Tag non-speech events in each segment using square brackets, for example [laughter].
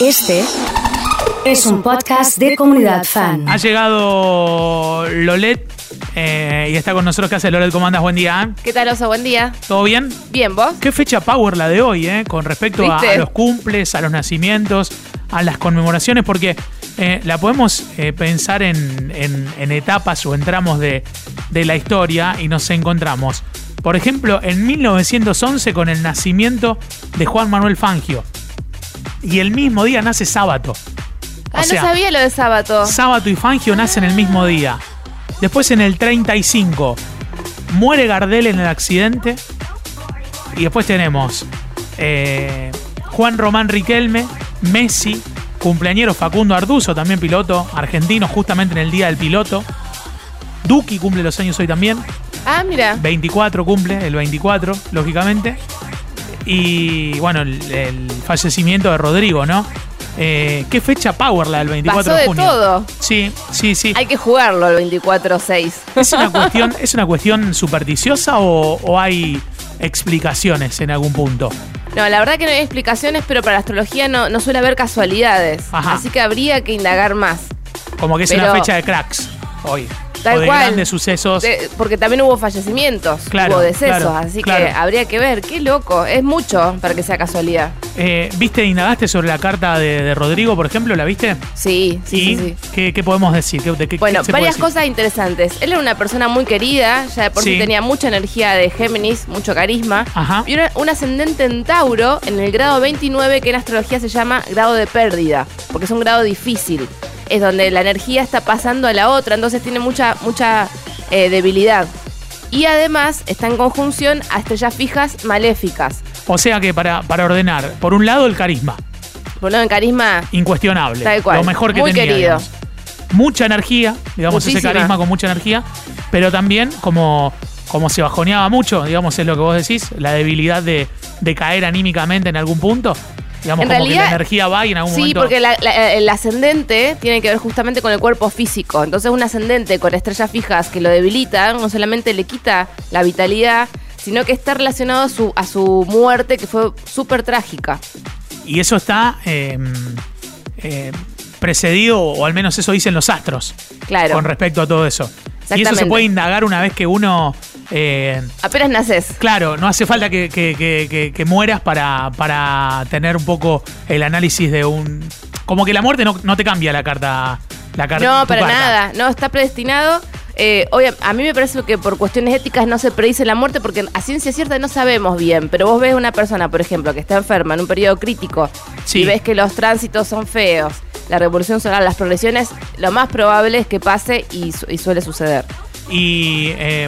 Este es un podcast de comunidad fan. Ha llegado Lolet eh, y está con nosotros. ¿Qué hace Lolet? ¿Cómo andas? Buen día. ¿eh? ¿Qué tal, Oso? Buen día. ¿Todo bien? Bien, ¿vos? Qué fecha power la de hoy, ¿eh? Con respecto a, ¿Viste? a los cumples, a los nacimientos, a las conmemoraciones, porque eh, la podemos eh, pensar en, en- en etapas o en tramos de, de la historia y nos encontramos. Por ejemplo, en 1911 con el nacimiento de Juan Manuel Fangio. Y el mismo día nace Sábato. Ah, no sabía lo de sábado. Sábato y Fangio nacen el mismo día. Después en el 35 muere Gardel en el accidente. Y después tenemos eh, Juan Román Riquelme, Messi, cumpleañero Facundo Arduzo, también piloto argentino, justamente en el día del piloto. Duki cumple los años hoy también. Ah, mira. 24 cumple, el 24, lógicamente. Y bueno, el, el fallecimiento de Rodrigo, ¿no? Eh, ¿Qué fecha power la del 24 Pasó de de junio? todo. Sí, sí, sí. Hay que jugarlo el 24-6. [laughs] ¿Es una cuestión, ¿es una cuestión supersticiosa o, o hay explicaciones en algún punto? No, la verdad que no hay explicaciones, pero para la astrología no, no suele haber casualidades. Ajá. Así que habría que indagar más. Como que es Pero- una fecha de cracks hoy. Tal o de cual. grandes sucesos. De- porque también hubo fallecimientos, Claro, hubo decesos, claro, así que claro. habría que ver. Qué loco, es mucho para que sea casualidad. Eh, ¿Viste, indagaste sobre la carta de, de Rodrigo, por ejemplo? ¿La viste? Sí, sí, sí, ¿Y sí. ¿Qué, qué podemos decir? ¿Qué- de qué- qué Bueno, se puede varias decir? cosas interesantes. Él era una persona muy querida, ya de por sí, Sí. tenía mucha energía de Géminis, mucho carisma. Ajá. Y era un ascendente en Tauro en el grado 29, que en astrología se llama grado de pérdida, porque es un grado difícil. Es donde la energía está pasando a la otra, entonces tiene mucha, mucha eh, debilidad. Y además está en conjunción a estrellas fijas maléficas. O sea que para, para ordenar, por un lado el carisma, Bueno, en carisma incuestionable. Tal cual, Lo mejor que muy tenía. querido. digamos. Mucha energía, digamos, Muchísima. ese carisma con mucha energía, pero también como, como se bajoneaba mucho, digamos, es lo que vos decís, la debilidad de, de caer anímicamente en algún punto. Digamos, En como que la realidad, energía va y en algún Sí, momento. porque la- la- el ascendente tiene que ver justamente con el cuerpo físico. Entonces, un ascendente con estrellas fijas que lo debilitan, no solamente le quita la vitalidad, sino que está relacionado a su, a su muerte, que fue súper trágica. Y eso está eh, eh, precedido, o al menos eso dicen los astros, Claro. con respecto a todo eso. Y eso se Exactamente. puede indagar una vez que uno. eh, Apenas naces. Claro, no hace falta que, que- que- que- que mueras para, para tener un poco el análisis de un. Como que la muerte no, no te cambia la carta. La carta No, tu para carta. nada. No, está predestinado. Eh, obvia- a mí me parece que por cuestiones éticas no se predice la muerte porque a ciencia cierta no sabemos bien. Pero vos ves una persona, por ejemplo, que está enferma en un periodo crítico Sí. y ves que los tránsitos son feos, la revolución solar, las progresiones, lo más probable es que pase y, su- y suele suceder. Y eh,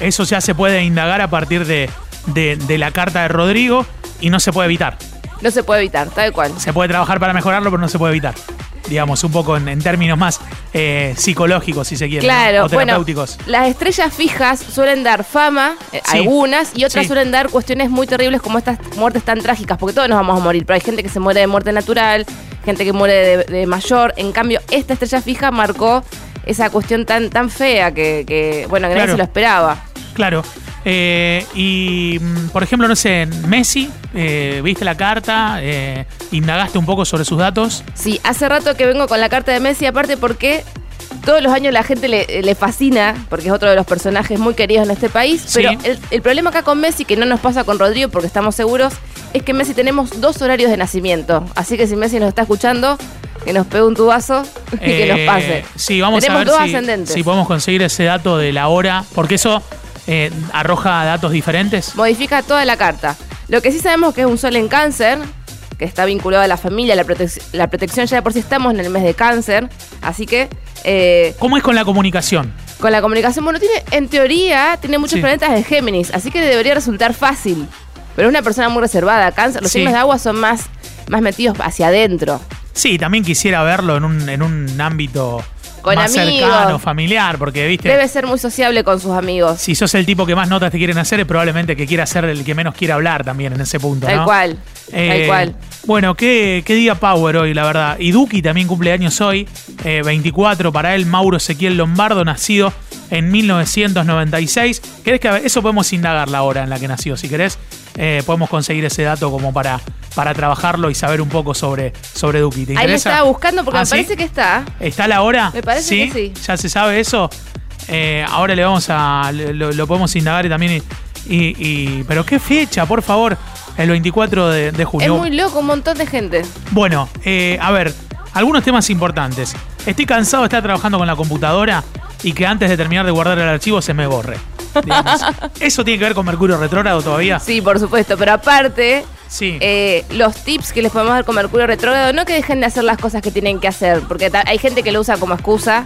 eso ya se puede indagar a partir de, de- de la carta de Rodrigo y no se puede evitar. No se puede evitar, tal cual. Se puede trabajar para mejorarlo, pero no se puede evitar. Digamos, un poco en, en términos más eh, psicológicos, si se quiere, ¿no? Claro, o bueno, terapéuticos. las estrellas fijas suelen dar fama, eh, Sí. algunas, y otras Sí. suelen dar cuestiones muy terribles como estas muertes tan trágicas, porque todos nos vamos a morir, pero hay gente que se muere de muerte natural, gente que muere de, de mayor, en cambio, esta estrella fija marcó esa cuestión tan, tan fea que, que, bueno, que Claro. nadie se lo esperaba. Claro. Eh, y, mm, por ejemplo, no sé, Messi, eh, viste la carta, Eh, indagaste un poco sobre sus datos. Sí, hace rato que vengo con la carta de Messi, aparte porque todos los años la gente le, le fascina, porque es otro de los personajes muy queridos en este país. Sí. Pero el, el problema acá con Messi, que no nos pasa con Rodrigo, porque estamos seguros, es que Messi tenemos dos horarios de nacimiento. Así que si Messi nos está escuchando, que nos pegue un tubazo y [laughs] que nos Eh, pase. Sí, vamos tenemos a dos ver si- ascendentes. si, podemos conseguir ese dato de la hora, porque eso eh, arroja datos diferentes. Modifica toda la carta. Lo que sí sabemos que es un sol en cáncer, que está vinculado a la familia, la, protec- la protección, ya de por sí estamos en el mes de cáncer. Así que... eh, ¿Cómo es con la comunicación? Con la comunicación, bueno, tiene, en teoría, tiene muchos Sí. planetas en Géminis, así que debería resultar fácil. Pero es una persona muy reservada, cáncer, los Sí. signos de agua son más, más metidos hacia adentro. Sí, también quisiera verlo en un, en un ámbito Con más amigos. cercano, familiar, porque viste. Debe ser muy sociable con sus amigos. si sos el tipo que más notas te quieren hacer, es probablemente que quiera ser el que menos quiere hablar también en ese punto. Tal ¿no? cual, Eh, tal cual. Bueno, qué, qué día Power hoy, la verdad. Y Duki también cumple años hoy, eh, 24 para él, Mauro Ezequiel Lombardo, nacido en 1996. ¿Querés que eso podemos indagar la hora en la que nació? Si querés, eh, podemos conseguir ese dato como para, para trabajarlo y saber un poco sobre, sobre Duki. ¿Te Ahí lo interesa? estaba buscando porque ¿Ah, me sí? parece que está. ¿Está la hora? Me parece que sí. ¿Ya se sabe eso? Eh, ahora le vamos a. Lo, lo podemos indagar y también. Y, y- y- pero qué fecha, por favor. El 24 de, de Es junio. muy loco, un montón de gente. Bueno, eh, a ver, algunos temas importantes. Estoy cansado de estar trabajando con la computadora y que antes de terminar de guardar el archivo se me borre. [laughs] digamos. ¿Eso tiene que ver con Mercurio retrógrado todavía? Sí, por supuesto, pero aparte, Sí. eh, los tips que les podemos dar con Mercurio Retrógrado, no que dejen de hacer las cosas que tienen que hacer, porque ta- hay gente que lo usa como excusa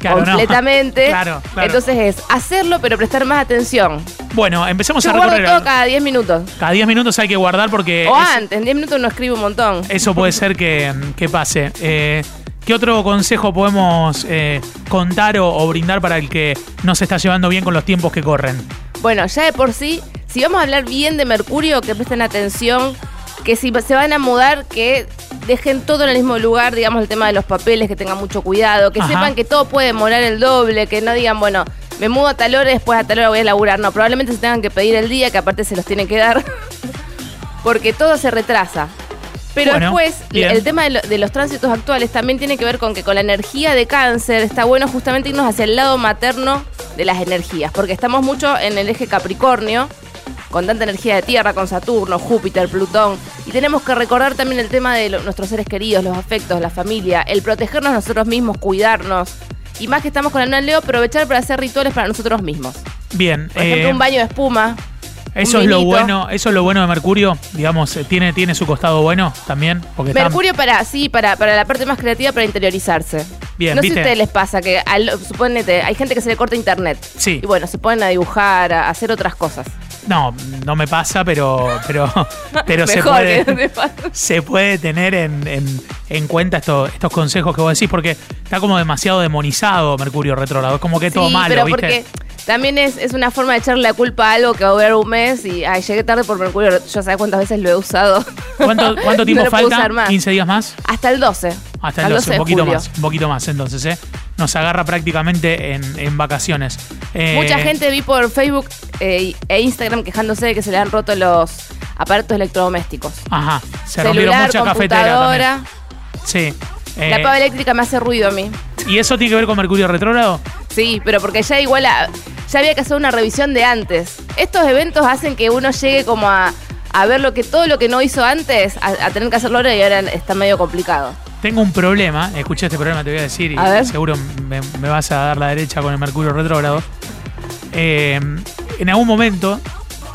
Claro, no. completamente. [laughs] Claro, claro. Entonces es hacerlo, pero prestar más atención. Bueno, empecemos Yo a guardo recorrer. todo cada 10 minutos. Cada 10 minutos hay que guardar porque o es- antes, en 10 minutos no escribo un montón. eso puede ser que, que pase. Eh, ¿Qué otro consejo podemos eh, contar o, o brindar para el que no se está llevando bien con los tiempos que corren? Bueno, ya de por sí, si vamos a hablar bien de Mercurio, que presten atención, que si se van a mudar, que dejen todo en el mismo lugar, digamos el tema de los papeles, que tengan mucho cuidado, que Ajá. sepan que todo puede demorar el doble, que no digan, bueno, me mudo a tal hora y después a tal hora voy a laburar. No, probablemente se tengan que pedir el día, que aparte se los tienen que dar, [laughs] porque todo se retrasa. Pero Bueno, después, bien. el tema de, lo- de los tránsitos actuales también tiene que ver con que con la energía de cáncer está bueno justamente irnos hacia el lado materno de las energías, porque estamos mucho en el eje Capricornio, con tanta energía de Tierra, con Saturno, Júpiter, Plutón, y tenemos que recordar también el tema de lo- nuestros seres queridos, los afectos, la familia, el protegernos nosotros mismos, cuidarnos, y más que estamos con la luna en Leo, aprovechar para hacer rituales para nosotros mismos. Bien. Por ejemplo, eh, un baño de espuma. Eso un es lo vinito. bueno, eso es lo bueno de Mercurio, digamos, eh, tiene, tiene su costado bueno también, porque está- Mercurio para, sí, para, para la parte más creativa, para interiorizarse. Bien, no sé ¿viste? si a ustedes les pasa que, al- suponete, hay gente que se le corta internet. Sí. Y bueno, se ponen a dibujar, a hacer otras cosas. no, no me pasa, pero, [laughs] pero, pero se Mejor eh. que [laughs] no te puede, pase. se puede tener en, en- en cuenta esto- estos consejos que vos decís, porque está como demasiado demonizado Mercurio retrógrado, es como que todo sí, malo, pero ¿viste? porque también es, es una forma de echarle la culpa a algo que va a durar un mes y ay, llegué tarde por Mercurio. Yo sabes cuántas veces lo he usado. [laughs] ¿Cuánto, cuánto No tiempo lo puedo usar falta? más. ¿15 días más? Hasta el 12. Hasta el 12, un poquito más, un poquito más entonces, ¿eh? Nos agarra prácticamente en, en vacaciones. Eh, Mucha gente vi por Facebook eh, e Instagram quejándose de que se le han roto los aparatos electrodomésticos. Ajá, se rompieron Celular, muchas cafeteras también. computadora. Sí. eh, La pava eléctrica me hace ruido a mí. ¿Y eso tiene que ver con Mercurio retrógrado? Sí, pero porque ya igual a- ya había que hacer una revisión de antes. Estos eventos hacen que uno llegue como a, a ver lo que todo lo que no hizo antes, a, a tener que hacerlo ahora y ahora está medio complicado. Tengo un problema, escuché este problema, te voy a decir, y A ver. seguro me, me vas a dar la derecha con el Mercurio retrógrado. Eh, en algún momento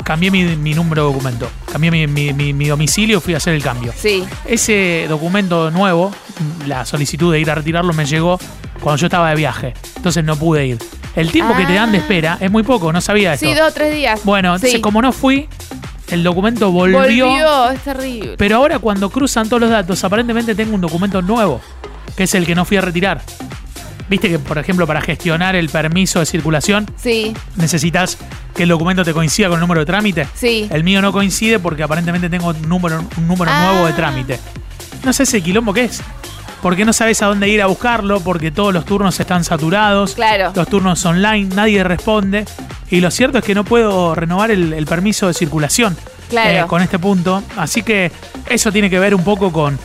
cambié mi, mi número de documento, cambié mi, mi- mi- mi domicilio y fui a hacer el cambio. Sí. Ese documento nuevo, la solicitud de ir a retirarlo, me llegó cuando yo estaba de viaje, entonces no pude ir. El tiempo que te dan de Ah. espera es muy poco, no sabía esto. Sí, dos o tres días. Bueno, sí. entonces como no fui, el documento volvió. Es terrible. Pero ahora cuando cruzan todos los datos, aparentemente tengo un documento nuevo, que es el que no fui a retirar. Viste que, por ejemplo, para gestionar el permiso de circulación, Sí, necesitas que el documento te coincida con el número de trámite. sí. El mío no coincide porque aparentemente tengo un número, un número Ah. nuevo de trámite. No sé ese quilombo que es. Porque no sabes a dónde ir a buscarlo, porque todos los turnos están saturados. Claro. Los turnos online, nadie responde. Y lo cierto es que no puedo renovar el, el permiso de circulación eh, Claro. con este punto. Así que eso tiene que ver un poco con.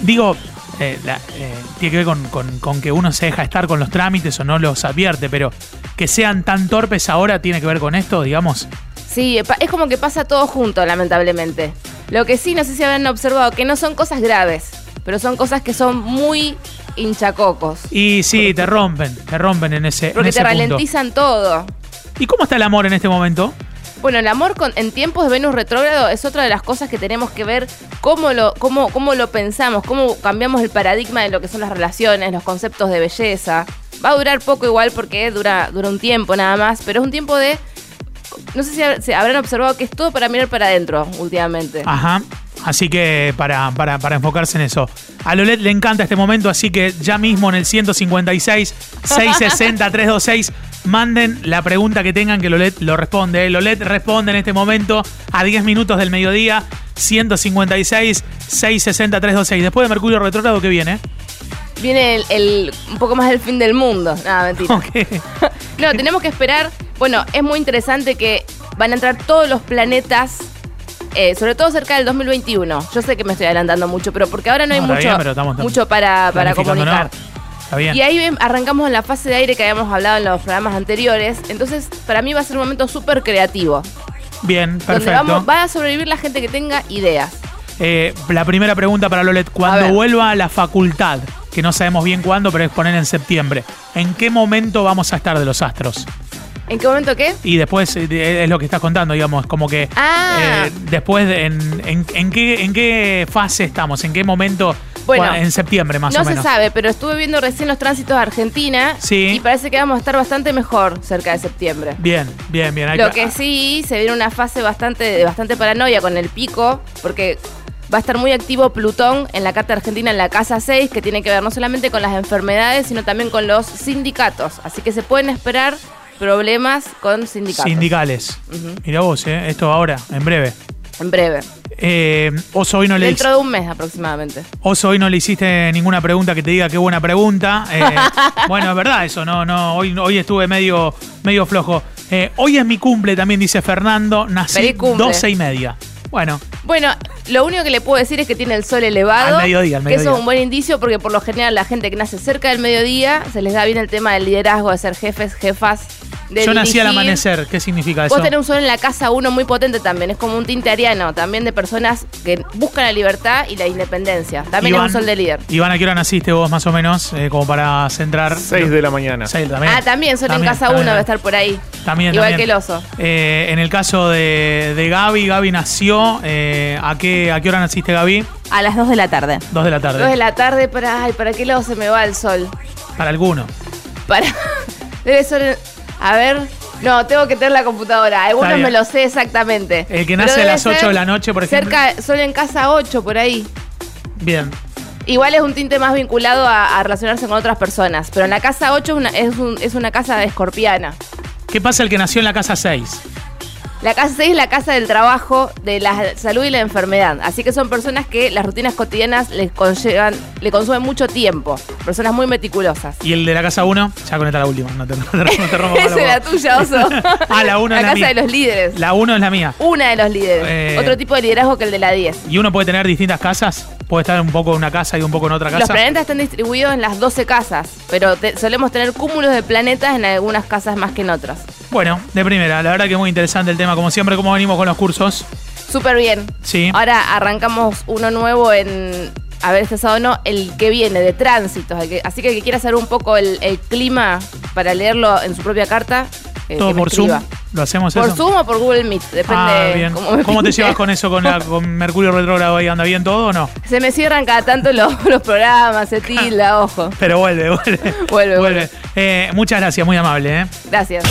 Digo. eh, la- eh, tiene que ver con, con- con que uno se deja estar con los trámites o no los advierte, pero que sean tan torpes ahora tiene que ver con esto, digamos. Sí, pa- es como que pasa todo junto, lamentablemente. Lo que sí, no sé si habrán observado, que no son cosas graves, pero son cosas que son muy hinchacocos. Y sí, te rompen, te rompen en ese, en Porque ese te punto. ralentizan todo. ¿Y cómo está el amor en este momento? Bueno, el amor con- en tiempos de Venus retrógrado es otra de las cosas que tenemos que ver cómo lo, cómo, cómo lo pensamos, cómo cambiamos el paradigma de lo que son las relaciones, los conceptos de belleza. Va a durar poco igual porque dura, dura un tiempo nada más, pero es un tiempo Ah. de... No sé si, hab- si habrán observado que es todo para mirar para adentro últimamente. Ajá. Así que para, para, para enfocarse en eso. A Lolet le encanta este momento, así que ya mismo en el 156 [laughs] 660 326 manden la pregunta que tengan que Lolet lo responde. ¿eh? Lolet responde en este momento a 10 minutos del mediodía 156 660 326. Después de Mercurio retrógrado [laughs] que viene. Viene el, el- un poco más del fin del mundo. Nada, mentira. Ok. No, tenemos que esperar. Bueno, es muy interesante que van a entrar todos los planetas, eh, sobre todo cerca del 2021. Yo sé que me estoy adelantando mucho, pero porque ahora no hay No, está mucho, bien, pero estamos mucho para, para [laughs] planificando, comunicar. ¿no? Está bien. Y ahí ven- arrancamos en la fase de aire que habíamos hablado en los programas anteriores. Entonces, para mí va a ser un momento súper creativo. Bien, Donde perfecto. vamos, va a sobrevivir la gente que tenga ideas. Eh, la primera pregunta para Lolet. A Cuando ver. vuelva a la facultad, que no sabemos bien cuándo, pero es poner en septiembre, ¿en qué momento vamos a estar de los astros? ¿En qué momento qué? Y después eh, de- es lo que estás contando, digamos, como que Ah. eh, después, de- en, en- en qué, ¿en qué fase estamos? ¿En qué momento? Bueno, Cua- en septiembre más no o se menos. sabe, pero estuve viendo recién los tránsitos de Argentina Sí. y parece que vamos a estar bastante mejor cerca de septiembre. Bien, bien, bien. Hay Lo que sí, se viene una fase bastante, de bastante paranoia con el pico, porque va a estar muy activo Plutón en la Carta Argentina en la Casa 6, que tiene que ver no solamente con las enfermedades, sino también con los sindicatos. Así que se pueden esperar problemas con sindicatos. Sindicales. Ujú. Mira vos, eh, esto ahora, en breve. En breve. Eh, Oso hoy no le Dentro de un mes aproximadamente. Oso, hoy no le hiciste ninguna pregunta que te diga qué buena pregunta. [laughs] Eh, bueno, es verdad eso, no, no, hoy, hoy estuve medio, medio flojo. Eh, hoy es mi cumple, también dice Fernando, nací Feliz cumple. 12 y media. Bueno, Bueno, lo único que le puedo decir es que tiene el sol elevado. Al mediodía, al Que eso mediodía. es un buen indicio porque por lo general la gente que nace cerca del mediodía se les da bien el tema del liderazgo, de ser jefes, jefas. De yo nací dirigir. al amanecer, ¿qué significa eso? Vos tenés un sol en la casa uno muy potente también, es como un tinte ariano, también de personas que buscan la libertad y la independencia. También Iván- es un sol de líder. Iván, ¿a qué hora naciste vos más o menos? Eh, como para centrar. 6 de la mañana. Seis también. Ah, también sol en casa uno también. va a estar por ahí. También, Igual también. que el oso. Eh, en el caso de, de Gaby, Gaby nació. eh, ¿a, qué, ¿A qué hora naciste, Gaby? A las 2 de la tarde. Dos de la tarde. Dos de la tarde para. Ay, ¿para qué lado se me va el sol? [laughs] Para alguno. Para. Debe ser. A ver. No, tengo que tener la computadora. Algunos Está bien. me lo sé exactamente. El que Pero nace a debe las ocho ser de la noche, por ejemplo. Cerca, sol en casa 8, por ahí. Bien. Igual es un tinte más vinculado a, a relacionarse con otras personas. Pero en la casa 8 es una, es un- es una casa escorpiana. ¿Qué pasa el que nació en la casa 6? La casa 6 es la casa del trabajo, de la salud y la enfermedad. Así que son personas que las rutinas cotidianas les conllevan, le consumen mucho tiempo. Personas muy [laughs] meticulosas. Y el de la casa 1, ya conecta la última, no te, [laughs] no te- no te rompo más [laughs] Esa era la tuya, Oso. [laughs] Ah, la uno La es la casa mía. de los líderes. La 1 es la mía. Una de los líderes. Eh. Otro tipo de liderazgo que el de la 10. Y uno puede tener distintas casas, puede estar un poco en una casa y un poco en otra Los casa. planetas están distribuidos en las 12 casas, pero te- solemos tener cúmulos de planetas en algunas casas más que en otras. Bueno, de primera, la verdad que muy interesante el tema, como siempre, cómo venimos con los cursos. Súper bien. Sí. Ahora arrancamos uno nuevo en. A ver, este sábado no, el que viene, de tránsitos. el que- así que el que quiera saber un poco el, el clima para leerlo en su propia carta, eh, que Todo me por Zoom. escriba. Lo hacemos ¿Por eso. Zoom o por Google Meet? Depende Ah, bien. cómo me ¿Cómo, te pinte. llevas con eso, [laughs] con, la- con Mercurio retrógrado ahí? ¿Anda bien todo o no? Se me cierran cada tanto los, los programas, se tilda, ojo. Pero vuelve, vuelve. Vuelve, vuelve. Eh, muchas gracias, muy amable. ¿eh? Gracias.